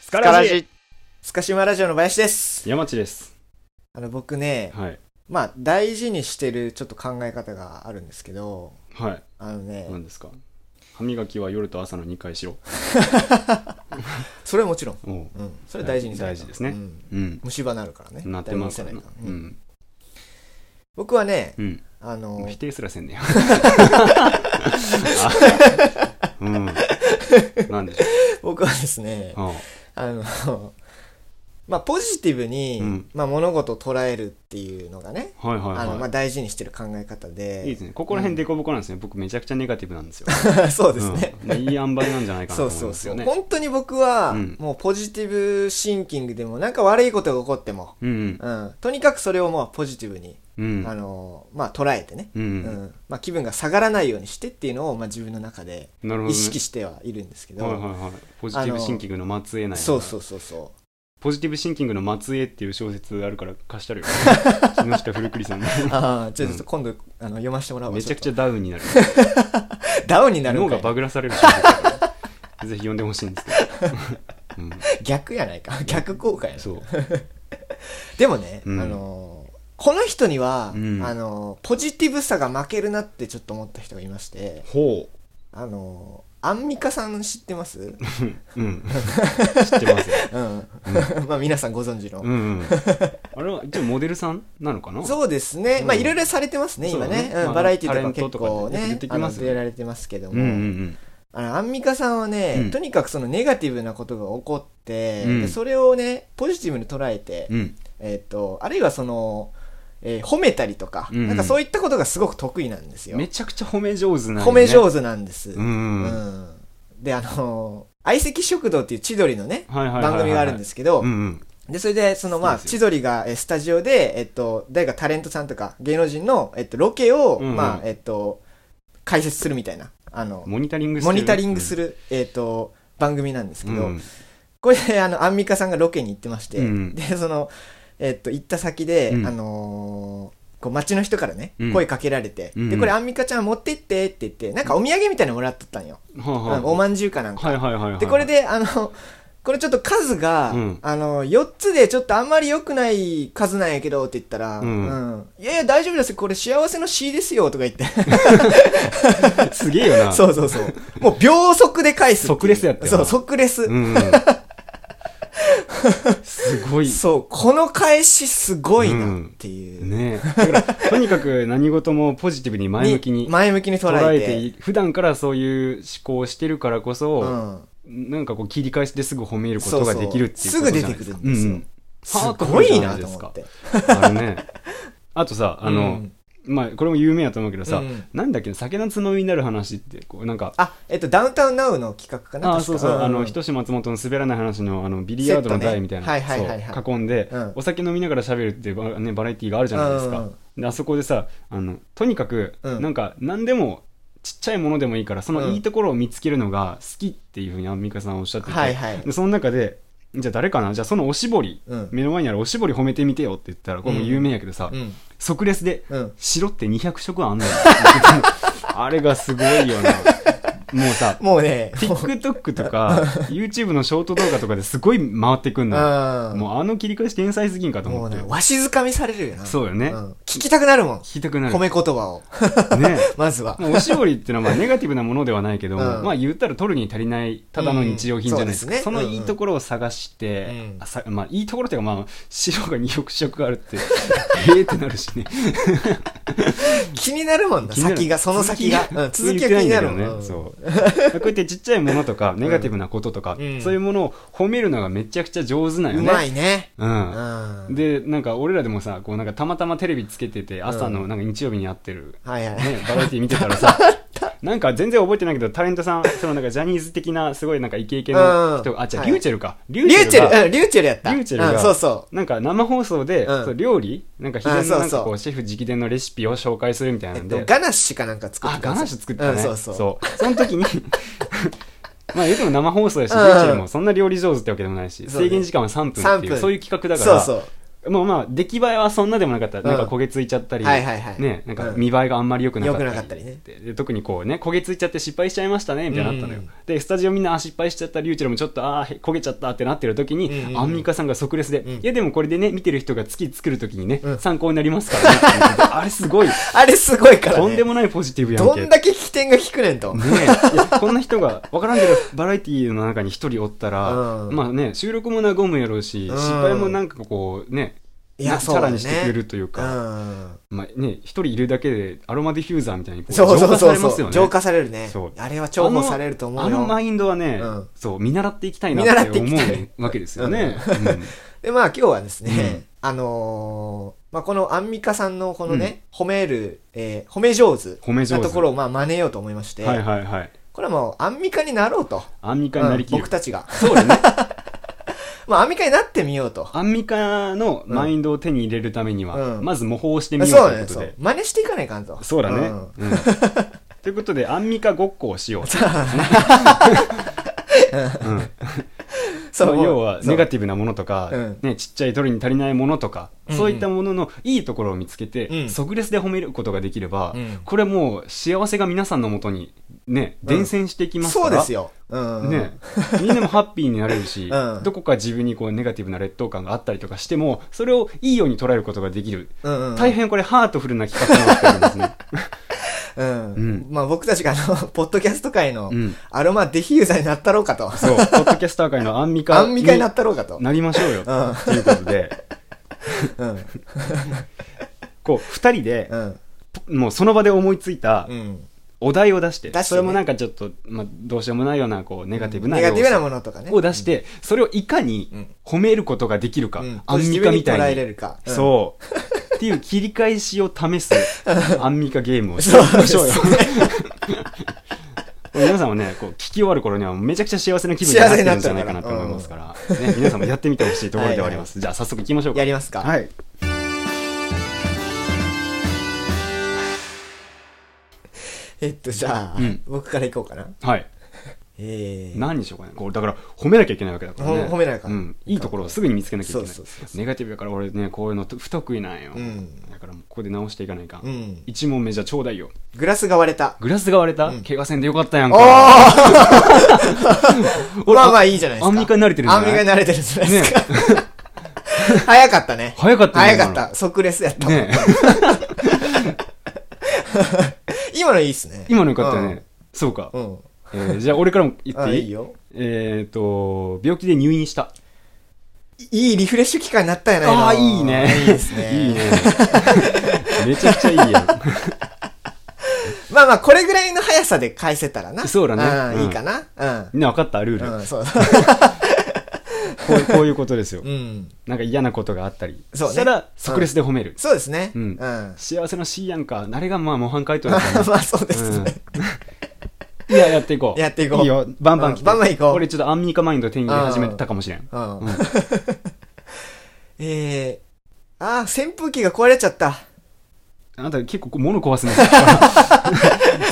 スカカララジジスカシマラジオの林です。山地です。あの、僕ね、はい。まあ、大事にしてるちょっと考え方があるんですけど、はい。あのね、何ですか歯磨きは夜と朝の2回しろ。それはもちろん。おううん。それは大事にせなきゃ大事ですねうんうん。虫歯なるからね。なってますから大事ねにせ。うないとうんん。僕はね、うん。あの否、定すらせん ねや。あうん。なんでし僕はですね、ょう。あの、まあ、ポジティブに、うんまあ、物事を捉えるっていうのがね、あはいあの、はいまあ、は大事にしてる考え方い。いいでです、ね。ここら辺デコボコなんですね。僕めちゃくちゃネガティブなんですよ。 そうですね。うん。いい塩梅なんじゃないかなと思いそうそうますそよう。ね。本当に僕は、うんもうポジティブシンキングでも、なんか悪いことが起こっても、うんうん、とにかくそれをもうポジティブに、うん。うん。あのまあ、捉えてね、ううんんまあ、気分が下がらないようにしてっていうのを、まあ、自分の中でなるほどね。意識してはいるんですけど、はいはいはい。ポジティブシンキングの末裔なんやなそうそうそうそポジティブシンキングの末裔っていう小説あるから貸したるよ。 木下古栗さんの。う。ああ、じゃあうんちょっと今度、あの読ませてもらおうめちゃくちゃゃダウンになる。ダウンになる脳んがかバいグらされる小説だから。ぜひ読んでほしいんですけど。 うん逆やないか逆効果やなそう。でもね、うんあのこの人には、うんあのポジティブさが負けるなってちょっと思った人がいましてほあのアンミカさん知っ てます、う。 うん。知ってます。うん、 まあ皆さんご存知の、うんうん。あれは一応モデルさんなのかなそうですね、うんまあいろいろされてますね、そう今だねね、うんまあバラエティとか結タレントと構かねね出てきあのますよね出られてますけどうんも、うんうん。あのアンミカさんはね、うんとにかくそのネガティブなことが起こって、うんでそれをねポジティブに捉えて、うん。えっとあるいはその、えー褒めたりとか、うんうんなんかそういったことがすごく得意なんですよ、めちゃくちゃ褒め上手なのね。褒め上手なんです、うんうんうん。うんであの相席食堂っていう千鳥のねはいはいはいはいはい番組があるんですけど、うんうん。で、それで、その、まあ、そうですよ千鳥が、えースタジオで、えっと、誰かタレントさんとか、芸能人の、えっと、ロケを、うんうんまあ、えっと、解説するみたいな、あの、モニタリングしてモるニタリングする、えっと、番組なんでうすけんど、うんこれで、あの、アンミカさんがロケに行ってまして、うんで、その、えっと、行った先で、うんあのーこう街の人からね、うん声かけられて、うんで、これアンミカちゃん持ってってって言って、なんかお土産みたいなのもらっとったんよ。はあはなんかおまんじゅうかなんかあ。はいはいはいはい。で、これで、あの、これちょっと数が、うんあの、4つでちょっとあんまり良くない数なんやけどって言ったら、うんうんいやいや大丈夫ですよこれ幸せの C ですよとか言って、すげえよな。 そうそうそう。もう秒速で返すっていう。即レスやったよそなう、即レス。うんうんすごい。そう、この返しすごいなっていう。ねえ。だからとにかく何事もポジティブに前向きに前向きに捉捉ええて。てい、普段からそういう思考をしてるからこうそ、ん。なんかこう切り返しですぐ褒めることができるっていうそうこそうとじゃないですすぐ出てか。くるんですよですごいなと思って。あのね。あとさ、あうのん、まあこれも有名やと思うけどさうん、なんだっけ、酒のつまみになる話って、こうなんか、あ、えっと、ダウンタウンナウの企画かなああそうそう、確かあのん人志松本の滑らない話のあのビリヤードの台みたいな、セットねはいはいはいはいそう囲んで、うんお酒飲みながら喋るっていうバ,、ね、バラエティーがあるじゃないですか、うんうんであそこでさあのとにかく、うんなんか何でもちっちゃいものでもいいからそのうんいいところを見つけるのが好きっていうふうにアンミカさんおっしゃってて、はいはいでその中でじゃあ誰かなじゃあそのおしぼり、うん目の前にあるおしぼり褒めてみてよって言ったらこれも有名やけどさ、うん。即レスでうん「白って200色あんのよ」 あれがすごいよなもうさもうね、 TikTok と か YouTube のショート動画とかですごい回ってくんのようん。もうあの切り返し天才すぎんかとも思うってね、わしづかみされるよな。そうよねん聞きたくなるもん。聞きたくなる褒め言葉を。ねま ずは。まあおしぼりっていうのはまあネガティブなものではないけど、うんまあ言ったら取るに足りないただの日用品じゃないですか、うんそうそですねのいいところを探して、うんうんあさまあ、いいところっていうかまあ白が2億色あるって ええってなるしね気になるもんな、気になる先が、その先が。うん続きが気になるもんうんそうこうやってちっちゃいものとかネガティブなこととか、うんそういうものを褒めるのがめちゃくちゃ上手なんようねまいね。うんうん。でなんか俺らでもさこうなんかたまたまテレビつけてて朝うのなんか日曜日にやって る、はいはい。ね、バラエティ見てたらさなんか全然覚えてないけどタレントさんそのなんかジャニーズ的なすごいなんかイケイケの人うんがあじゃあはいリューチェルかリュリューチェがル、うん、リューチェルやった。リューチェルがうんそうそなんか生放送で、うんそう料理なんか秘伝あそうのなそうん。かこうシェフ直伝のレシピを紹介するみたいうえなっんと、で、ガナッシュかなんか作っあてたガんでナッシすよュ作ってたね、うんそうそう。そうその時に まあ言うても生放送やし、うんリューチェルもそんな料理上手ってわけでもないし、そうね制限時間は3分って3いう分そういう企画だからそうそう。もうまあ出来栄えはそんなでもなかった、んなんか焦げついちゃったり、はいはいはいね、なんかうん見栄えがあんまり良くなかったり良くなかったりねでで特にこうね焦げついちゃって失敗しちゃいましたねみたいなのあったのよ、うんでスタジオみんなあ失敗しちゃったりューチェルもちょっとあーへ焦げちゃったってなってる時に、うんうんアンミカさんが即レスで、んいやでもこれでね見てる人が月作る時にね、うん参考になりますからねって言って あれすごいあれすごいから、ね、とんでもないポジティブやんけどんだけ起点が効くねんと、ねえいやこんな人が分からんけどバラエティーの中に一人おったら、うんまあね収録も和むやろうし、うん失敗もなんかこうねいやなそうだねチャラにしてくれるというか、うんまあね、一人いるだけでアロマディフューザーみたいにこうそうそうさそうれますそようね浄化されるねそうあれは重宝されると思うよあのあのマインドはね、うんそう見習っていきたいなって見思習っていきうわけですよね、うんでまあ今日はですね、うんあのーまあ、このアンミカさんのこのね、褒める、えー褒め上手褒め上な手ところをまあ真似ようと思いまして、はいはいはいこれはもうアンミカになろうと、アンミカになりうんきる、僕たちが、そうだねまあ、アンミカになってみようとアンミカのマインドを手に入れるためには、うんまず模倣してみようそうといねうことそで、う真似していかないかんとそうだね。んうん ということで、アンミカごっこをしよう。うんそうまあ要は、そうネガティブなものとかうん、ね、ちっちゃい鳥に足りないものとか、うんうんそういったもののいいところを見つけうて、ん即レスで褒めることができればうん、これもう幸せが皆さんのもとに、ね、伝染していきますそかうでらす。よ、うんね、みんなもハッピーになれるし、うんどこか自分にこうネガティブな劣等感があったりとかしてもそれをいいように捉えることができる、うんうんうん大変これハートフルな企画になってるんですね。ううんんまあ、僕たちがあの ポッドキャスト界のうんアロマデヒューザーになったろうかと、そう、ポッドキャスター界のアンミカアンミカになったろうかと、なりましょうよ、うんということで、うんこう、二人でう、んもうその場で思いついたうん、お題を出して、出してねそれもなんかちょっと、まあ、どうしようもないような、こう、ネガティブなネガティブな要ものとかね素を出して、それをいかうにん褒めることができるか、うんアンミカみたポジティブに捉いえに。れるか、うんそう。っていう切り返しを試すアンミカゲームをしそうましょうよそ。 皆さんもね、こう、聞き終わる頃にはめちゃくちゃ幸せな気分になってるんじゃないかなと思いますから、ね、皆さんもやってみてほしいところではあります。じゃあ早速行きましょうか。やりますか、はい。えっとじゃあ、うん僕からいこうかなはい。えー、何にしようかね。こう、だから、褒めなきゃいけないわけだからね。ほ褒めないからうん。いいところをすぐに見つけなきゃいけない。そうそうそうネガティブだから俺ね、こういうのと不得意なんよ。うんだからもうここで直していかないか。うん一問目じゃちょうだいよ。グラスが割れたグラスが割れた、怪我せんでよかったやんおおか。 俺まあまあいいじゃないですかアンミカに慣れてるんじアゃンなミいカに慣れてるんじゃないですか、 早かったね早かったね早かった即レスやった、 ね今のいいっすね今のよかったよね。そうか。うん、うんえーじゃあ俺からも言っあていいいいよえっ、と、病気で入院した。いいリフレッシュ期間になったやないのああ、いいね。いいです ね。いいね。めちゃくちゃいいやん。まあまあ、これぐらいの速さで返せたらな。そうだねんうんいいかな。みんな分かったルーうル、ん。うん、 そう。こう。こういうことですよ。うん。なんか嫌なことがあったり。そうねしたら、即レスで褒める。そうですね。ううんん。幸せの C やんか。あれがまあ模範解答だった まあ、そうですね。うん、いや、やっていこう。やっていこういいよ。バンバン来て。うんバンバン行こう俺ちょっとアンミカマインド手に入れ始めたかもしれん。うん。うん えー、ああ、扇風機が壊れちゃった。あなた結構物壊す ね。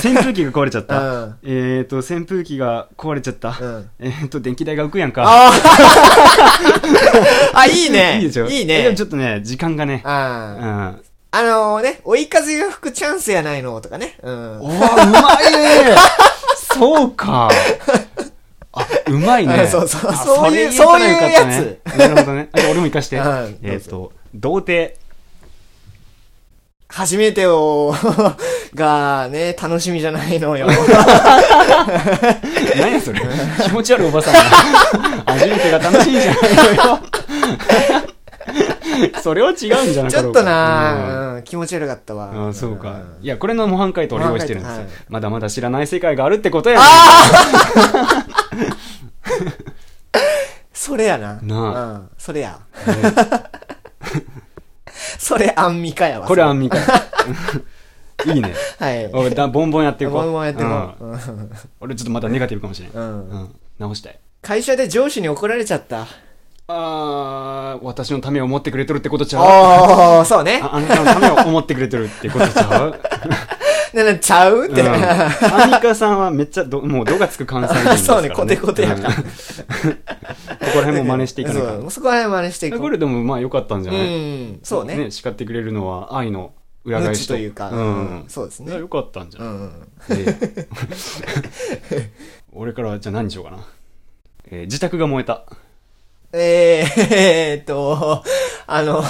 扇風機が壊れちゃった。うんえっと、扇風機が壊れちゃった。うんえっ、と、電気代が浮くやんか。 あああ、いいね。いいでしょいいでもねち。ょっとね、時間がね。うああ。ん。あのね、追い風が吹くチャンスやないのとかね。うん。おーうまいねそうか。あ、うまいね。あそうそうあそういうそれ言えたらよかったねなるほどね。あじゃあ俺も行かして。うんえっと、童貞。初めてを、 がね、楽しみじゃないのよ。何や それ。気持ち悪いおばさんだな。初めてが楽しいんじゃないの よ。それは違うんじゃない ちょっとな、うん、気持ち悪かったわ。あそうかん。いや、これの模範解答を用意してるんですよ模範解。まだまだ知らない世界があるってことやそれやな。なうん。それや。 それアンミカやわ。これアミンミカ。 いいね。カ。はい。おいだボンボンやっていこう。ボンボンやってこうんううん。俺ちょっとまたネガティブかもしれん。うん直したい。会社で上司に怒られちゃった。あー、私のためを思ってくれてるってことちゃうおー、そうね。ああなたのためを思ってくれてるってことちゃうななちゃうって、うんアンミカさんはめっちゃど、もう、度がつく関西人ですから、ね。 そうねコテコテやからうんここら辺も真似していかないかそうそこら辺真似していら。ここうれでも、まあ、良かったんじゃうない、んそうね叱ってくれるのは、愛の裏無返知しというか、うん。そうですいやね良かったんじゃうない、んで 俺から、じゃあ何しようかな。えー自宅が燃えた。えー、えーっと、あの、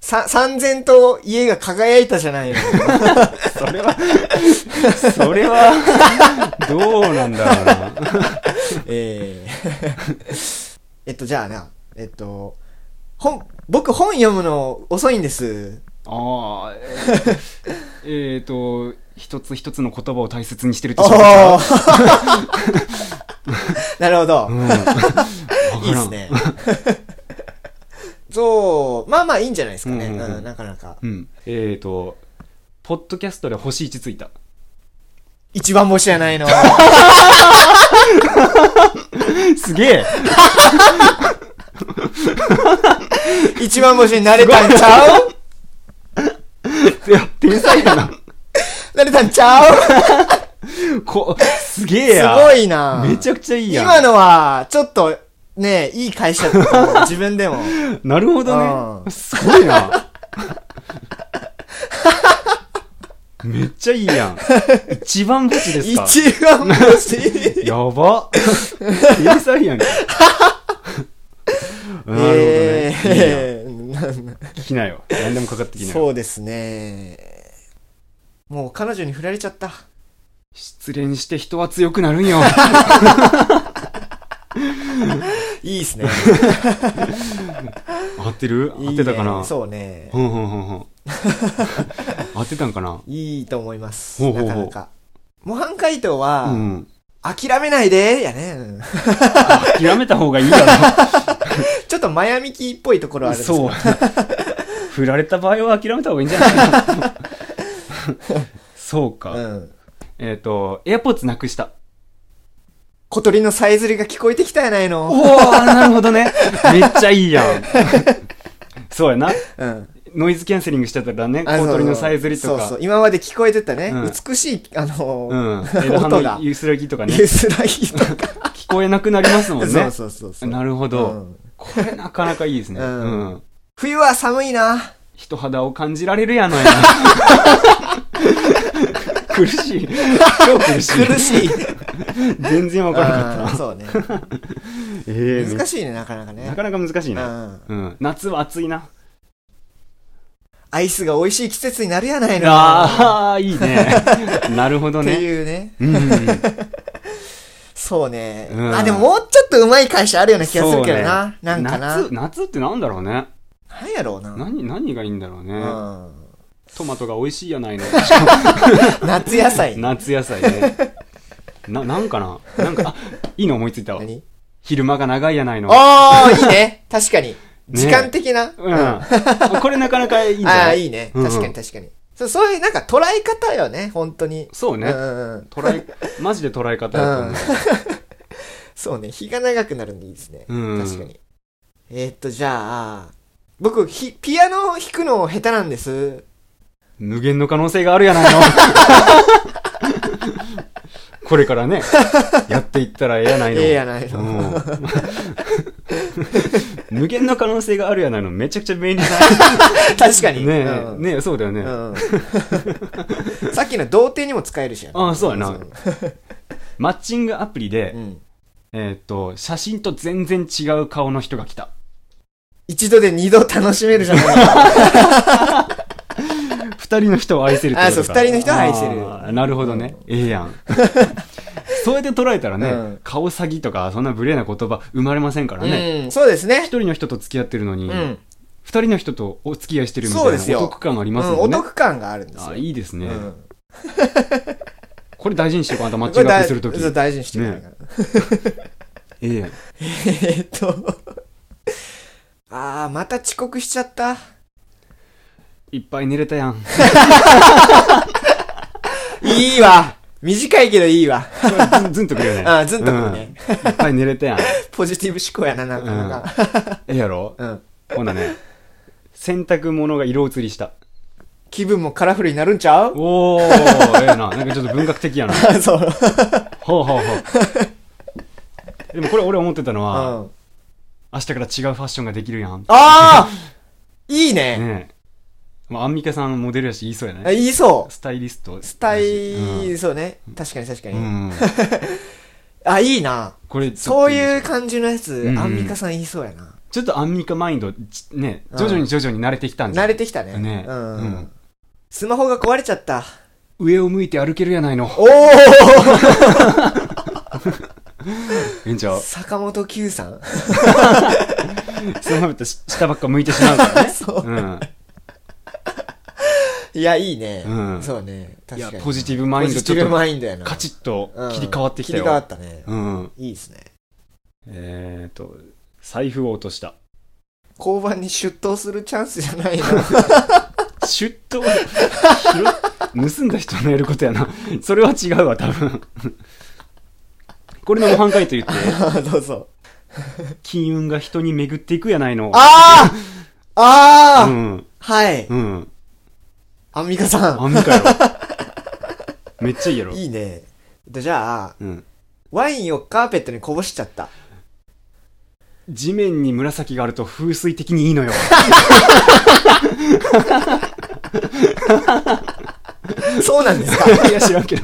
さ、三千と家が輝いたじゃないの。それは、それは、どうなんだろうな。 えーえっと、じゃあな、えっと、本、僕本読むの遅いんです。ああ、 えっ、えーと、一つ一つの言葉を大切にしてるっておことかお なるほど。うん。いいで すね。そう、まあまあいいんじゃないですかね。ううんんうんうんなかなか。うん。えっ、ー、と、ポッドキャストで星1ついた。一番星じゃ ないの。すげえ一番星になれたんちゃう いや、天才だな。なれたんちゃうこ、すげえや。すごいなめちゃくちゃいいやん。今のは、ちょっと、ね、いい会社だった 自分でも。なるほどうね。すごいな。めっちゃいいやん。一番星です一か番星や ば天才やんけ。なるほどね。えーいいやんなん聞きなよ。何でもかか ってきなよ。そうですね。もう彼女に振られちゃった。失恋して人は強くなるん よ。いい ですね。合ってる合ってたかいいなねそうね。ほんほんほんほ ん。合ってたんかないいと思います。ほうほうほうなかなか。模範解答は、うん。諦めないで、やね。 うん諦めた方がいいだちょっとマヤミキっぽいところあろ。るんですけそうど。。振られた場合は諦めた方がいいんじゃないかな。 そうか。うん。えっ、と、エアポッツなくした。小鳥のさえずりが聞こえてきたやないの。おー、なるほど ね。めっちゃいいやん。そうやな。うん。ノイズキャンセリングしてたらね、あ小鳥のさえずりとか。そうそう今まで聞こえてたね、うん美しいあの、うん。枝葉 音がのゆすらぎとかね、ゆすらぎとか、 聞こえなくなりますもんね。 そうそうそうそうなるほど、うんこれなかなかいいですね。う。うんん冬は寒いな人肌を感じられるやない な。苦しい。超苦しい。苦しい全然わからなかあっーた。そうねえー難しいねなかなかねなかなか難しいな。うん、うん。夏は暑いな。アイスが美味しい季節になるやないのああ、いい ね。なるほどってね。いうねうん。そうね、うんあでももうちょっとうまい会社あるような気がするけどな、そなうねんかな夏、夏ってなんだろうね。なんやろうな、何、何がいいんだろうね。うん、トマトが美味しいやないの。夏野菜夏野菜ね。 な、なんかななんか、あ、いいの思いつい たわ。何昼間が長いやないの。ああいいね確かに時間的な、うん。これなかなかいいんだあよあ、いいね。うんうん確かに確かに。そうそういう、なんか捉え方よね、本当に。そうねん。うんうん捉え、マジで捉え方だと思う。そうね、日が長くなるんでいいですね。うん確かに。えーっと、じゃあ、僕、ひピアノを弾くの下手なんです。無限の可能性があるやないの。 これからね、やっていったらええやないの。ええやないの。うん 無限の可能性があるやないの、めちゃくちゃ便利だ 確かに。ねうえ、んねえ、そうだよね。うん さっきの童貞にも使えるしやねああそうやなうんマッチングアプリで、うんえーっと、写真と全然違う顔の人が来た。一度で二度楽しめるじゃないか。二人の人を愛せるってことかあそう二人の人を愛せるあーなるほどね。ええやん。 そうやって捉えたらね、うん顔詐欺とか、そんな無礼な言葉生まれませんからね。うん、そうです一ね。人の人と付き合ってるのに、う二、ん。人の人とお付き合いしてるみたそいうでなすよお得感ありうますん、もおんね。得感があるんですよ。あいいですね、うんこれ大事にしてよかなマッこチンれグアッ大プするとき。そう大事にしてくれるから。ええやん。えーっと。 あー、また遅刻しちゃった。いっぱい寝れたや ん。いいわ。 短いけどいいわ。これずんずんとくるよね。あーずんとくるね。うん。いっぱい寝れたやん。えポジティブ思考やな、なかなか。えやろうん。ほんだね。洗濯物が色移りした。気分もカラフルになるんちゃうおー、ええな。なんかちょっと文学的やな。あ そう。ほうほうほう。でもこれ俺思ってたのうは、ん。明日から違うファッションができるやん。ああいいねねえ。まあ、アンミカさんモデルやし言いそうやあね。いいそうスタイリスト。スタうイ、んそうね。確かに確かうに。ん。あ、いいな。これ、。そういうう感じのやつう、んアンミカさん言いそうやな。ちょっとアンミカマインド、ちね、うん徐々に徐々に慣れてきたんじゃ慣んれてきたね。ねううんん。スマホが壊れちゃった。上を向いて歩けるやないの。おおええんちゃう。坂本九さん そのままだとし下ばっか向いてしまうからね。 そううん。いや、いいねう。んそうね。い確やかに。、ポジティブマインポドジちテょィブっマインドやとな。カチッとうん切り替わってきた切り替わよっ。たね。うん。いいですね。えーっと、財布を落とした。交番に出頭するチャンスじゃないな。 出頭拾っ盗んだ人のやることやな。それは違うわ、多分。これの模範解と言って、どうぞ。金運が人に巡っていくやないの。ああああ、うん。はい。うん。アンミカさん。あんかよ。めっちゃいいやろ。いいね。でじゃあ、うん。ワインをカーペットにこぼしちゃ った。地面に紫があると風水的にいいのよ。そうなんですか いや、知らんけど。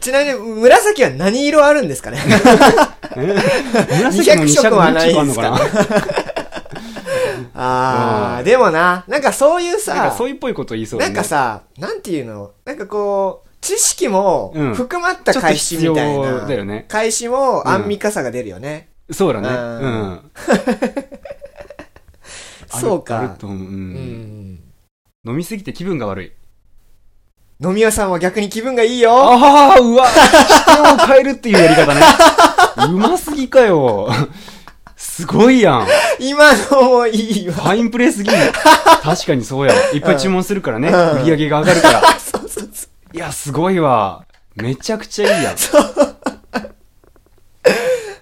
ちなみに、紫は何色あるんですか ね紫の2 200色色はないあんのかなあうあ、んでもな、なんかそういうなんさか、そういうっぽいこと言いそうだなねんかさ、なんていうのなんかこう、知識もうん含まった返しみたいちょっと必な。要だよね返しもアンミカさが出るよね。そうだね。ううんん。あるそうあるか。と思う。う。うんん。飲みすぎて気分が悪い。飲み屋さんは逆に気分がいいよ。ああ、うわ、視点を変えるっていうやり方ね。うますぎかよ。すごいやん。フ今のもいいわ。ァインプレーすぎる。確かにそうやわ。いっぱい注文するからね。うん売り上げが上がるから。 そうそうそいや、すごいわ。めちゃくちゃいいやん。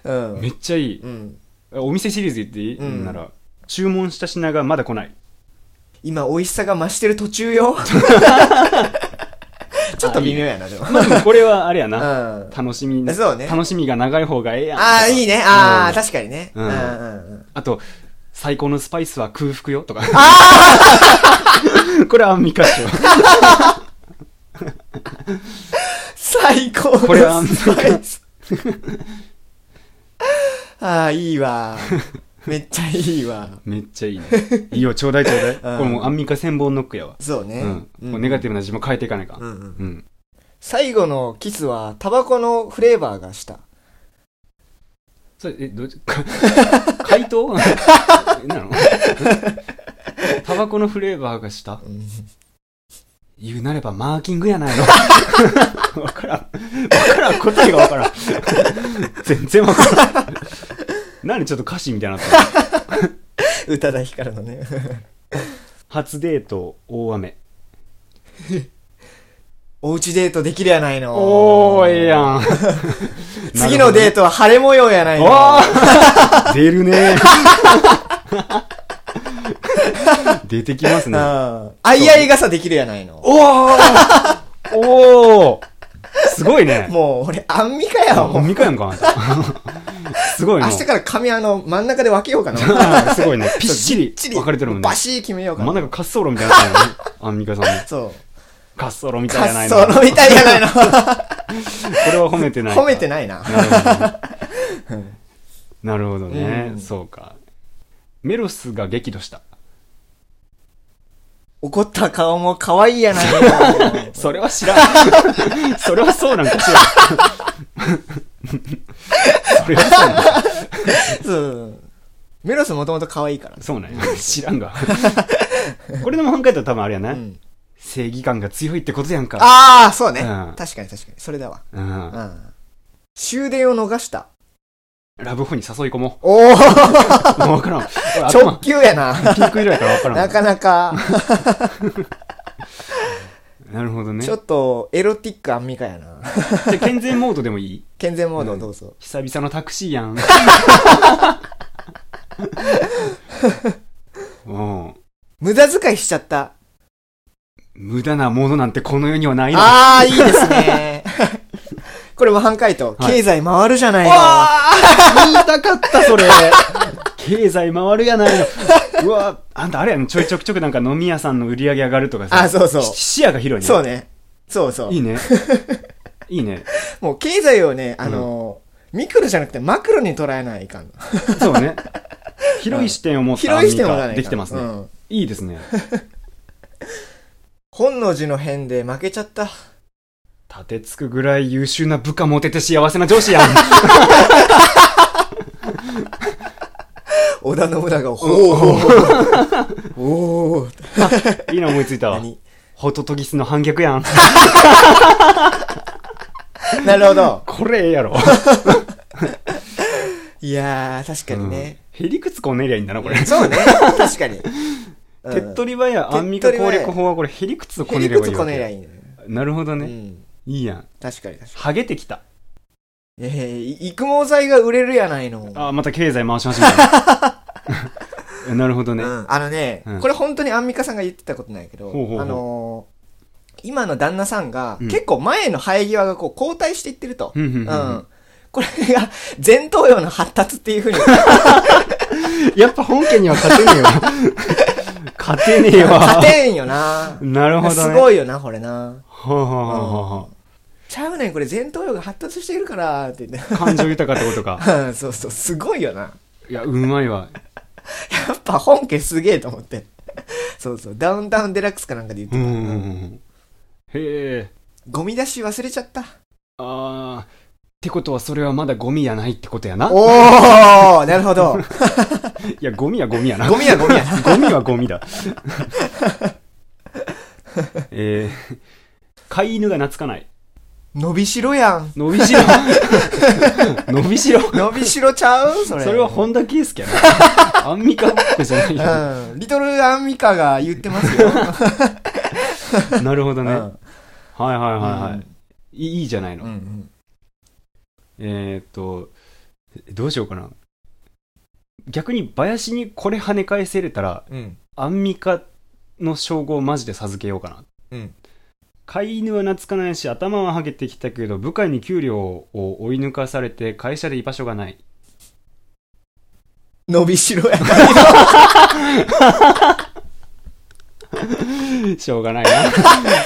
う。うん。めっちゃいい。うん。お店シリーズ言っていい、うんなら。注文した品がまだ来ない。今、美味しさが増してる途 中よ。 ちょっと微妙やな、でも。まあでもこれはあれやうな。ん。楽しみ、そうね楽しみが長い方がええやん。ああ、いいね。ああ、うん確かにね。ううんんうんうん。あと、最高のスパイスは空腹よとか。これはアンミカっしょ。最高のこれはスパイス。 ああ、いいわ。めっちゃいいわ。めっちゃいいね。いいよ、ちょうだいちょうだい。これもうアンミカ千本ノックやわ。そうねう。ん。うんもうネガティブな自分を変えていかないか。ううんん。うん最後のキスは、タバコのフレーバーがした。それ、え、どう、か解凍なのタバコのフレーバーがしたうん言うなればマーキングやないの。わからん。わからん。答えがわからん。全然わからん。何ちょっと歌詞みたいになったの宇多田ヒカルのね。初デート大雨。おうちデートできるやないの。おー、ええやん。 次のデート。トは晴れ模様やないの。お ー出るね出てきますうん ね。あいあい傘できるやないの。おーおーすごいね。もう、俺、アンミカやわ、もおう。みかやん か、あんたすごい明な。日から髪あの、真ん中で分けようか な。すごいね。ぴっちりちり分かれてるもんねバ。シー決めようか真んな。中滑走路みたいなのやね。アンミカさんの。そう。滑走路みたいや滑ない走の。路みたいじゃないの。これは褒めて ない。褒めてない。ないな。 なるほどねう。んそうか。メロスが激怒した。怒った顔も可愛いやないの。 それは知らん。 それはそうなんか知らん。 それはそうなんかそう。メロスもともと可愛いから。そうなんや。知らんが。これでも本回と多分あれやね、うん正義感が強いってことやんか。ああ、そうねうん。確かに確かに。それだわ。うんう。ん。終電を逃した。ラブホに誘い込 もおおう。もうわからん。直 頭球やな。ピンク色やからわから。なんかなか、なるほどね。ちじょゃっと、エロティックアンミカ やな。あ健全モードでもいい健全モードどうぞ。久々のタクシーや ん。うん。無駄遣いしちゃった。無駄なものなんてこの世にはないのああ、いいで すね。これも半回答。はい経済回るじゃないの。言いたかった、それ。経済回るやないの。うわ、あんたあれやん、ちょいちょくちょくなんか飲み屋さんの売り上げ上がるとかさ。あそうそうし視野が広いね。そうね。そうそう。いいね。いいね。もう経済をね、あのーミクロじゃなくてマクロに捉えないかんの。そうね。広い視点を持った広い視点アはンミカないかんできてますね。うんいいですね。本能寺の変で負けちゃった。立てつくぐらい優秀な部下持てて幸せな上司やん。織田信長を。おおおおいいの思いついたわ。何ホトトギスの反逆やん。なるほど。これええやろ。いやー、確かにうんね。へりくつこねりゃいいんだな、これ。そうね。確かに。手っ取り早アンミカ攻略法はこれ、へりくつをこねればいいわけ。こねりゃいいね。なるほどうね。ん。いいやん。確かに確かハゲてきた。に。ええ、育毛剤が売れるやないの。あーまた経済回しました。 なるほどね。うん、あのね、うんこれ本当にアンミカさんが言ってたことないけど、ほうほうほうあのー今の旦那さんが、うん結構前の生え際がこう後退していってると。うんうんうんうんこれが前頭葉の発達っていう ふうにやっぱ本家には勝てねえわ。 勝てねえ勝わ。てんよな。なるほどね。すごいよな、これな。はあはあはあはちゃうねん、これ前頭葉が発達しているから、って 言っあ感情豊かってことか。て。うんそうそう、すごいよな。いや、うまいわ。やっぱ本家すげえと思って。 そうそう、ダウンタウンデラックスかなんかで言っうてんた。うんうんうん。へえ。ゴミ出し忘れちゃった。あー。ってことはそれはまだゴミやないってことやな。おー、なるほ ど。いや、ゴミはゴミやな。ゴミはゴミや。ゴミはゴ ミだ。えー。飼い犬が懐かない。伸びしろやん。伸び しろ伸びしろ伸びしろちゃうそそれ。れは本田圭佑やなアンミカごっこじゃないようん。リトルアンミカが言ってます よ。なるほどうんね、はいはいはいはい、うんいいいじゃないの、うんえー、っとどうしようかな逆に林にこれ跳ね返せれたらうん。アンミカの称号をマジで授けようかなうん飼い犬は懐かないし頭ははげてきたけど部下に給料を追い抜かされて会社で居場所がない伸びしろやん。しょうがないい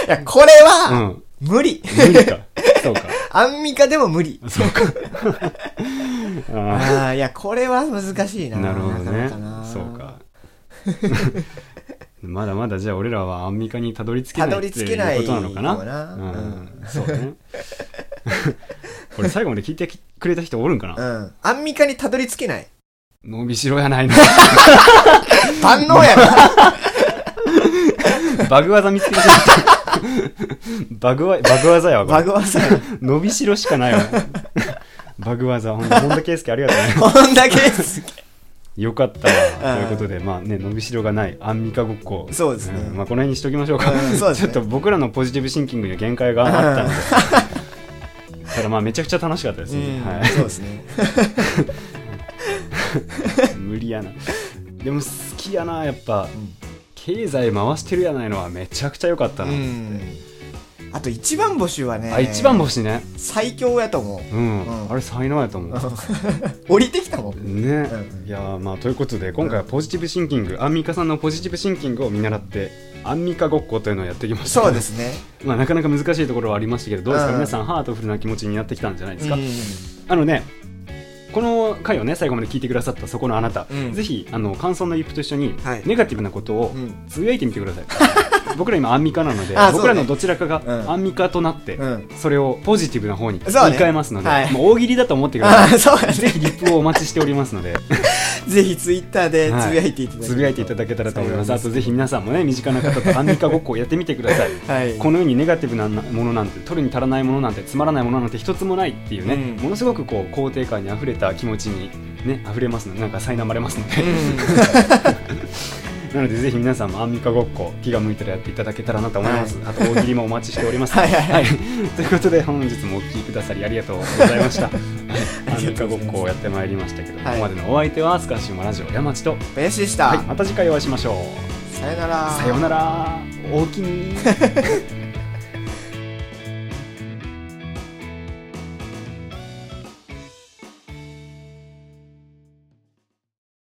や、これな は、うん無理。無理かそうかアンミカでも無理。そうか。あ ああ、いや、これは難しーいな。なるほどねなかな。かなそう。か。 まだまだじゃあ俺らはアンミカにたどり着けたなどいりって着けないいうことなのかかもなな。ううんん、そう ね。これ最後まで聞いてくれた人おるんかうな。ん。アンミカにたどり着けない。伸びしろやないの。万能やな。 バグ技見つけてしまった。バグわバグ技やわこバれ。グはさ、伸びしろしかないわ。バグ技。ほんと本田圭佑ありがとうね。こんだけです。よかったわうとんいうことで、まあね、伸びしろがないアンミカごっこ、そうですねんまあ、この辺にしておきましょうか、うんそうですねちょっと僕らのポジティブシンキングには限界があったので、ただまあ、めちゃくちゃ楽しかったですうね、んは。そうで すね。い、無理やな、でも好きやな、やっぱ、経済回してるやないのは、めちゃくちゃ良かったうな、ん。あと一番星はね、あ一番星ね、最強やと思う。 うん、うんあれ、才能やと思う。降りてきたもん。ね、ういやーまあということで今回はポジティブシンキング、アンミカさんのポジティブシンキングを見習ってアンミカごっこというのをやってきましたそうですすね。まあ、なかなか難しいところはありましたけどどうですか、うん皆さんハートフルな気持ちになってきたんじゃないですか、うあのねこの回をね最後まで聞いてくださったそこのあなた、うんぜひあの感想のリップと一緒に、はいネガティブなことをんうん。つぶやいてみてく ださい僕ら今アンミカなので、あそうね僕らのどちらかうんがアンミカとなって、うんそれをポジティブな方に言いそうね換えますので、はいもう大喜利だと思ってくだあ さあ、そうやいぜひね。リップをお待ちしておりますのでぜひツイッターでつぶやいていただけるとつぶやいていただけたらと思いますあとぜひ皆さんもね身近な方とアンミカごっこをやってみてくださ いはい。この世にネガティブなものなんて取るに足らないものなんてつまらないものなんて一つもないっていうね、うんものすごくこう肯定感にあふれた気持ちにね溢れますのでなんか苛まれますので、 なのでぜひ皆さんもアンミカごっこ気が向いたらやっていただけたらなと思います、あと大喜利もお待ちしており ますはいはいということで本日もお聞きくださりありがとうございました はいアンミカごっこをやってまいりましたけど、はいここまでのお相手はスカッシュマラジオ山地と、林でした。はいまた次回お会いしましょうさよなら。さようなら大きに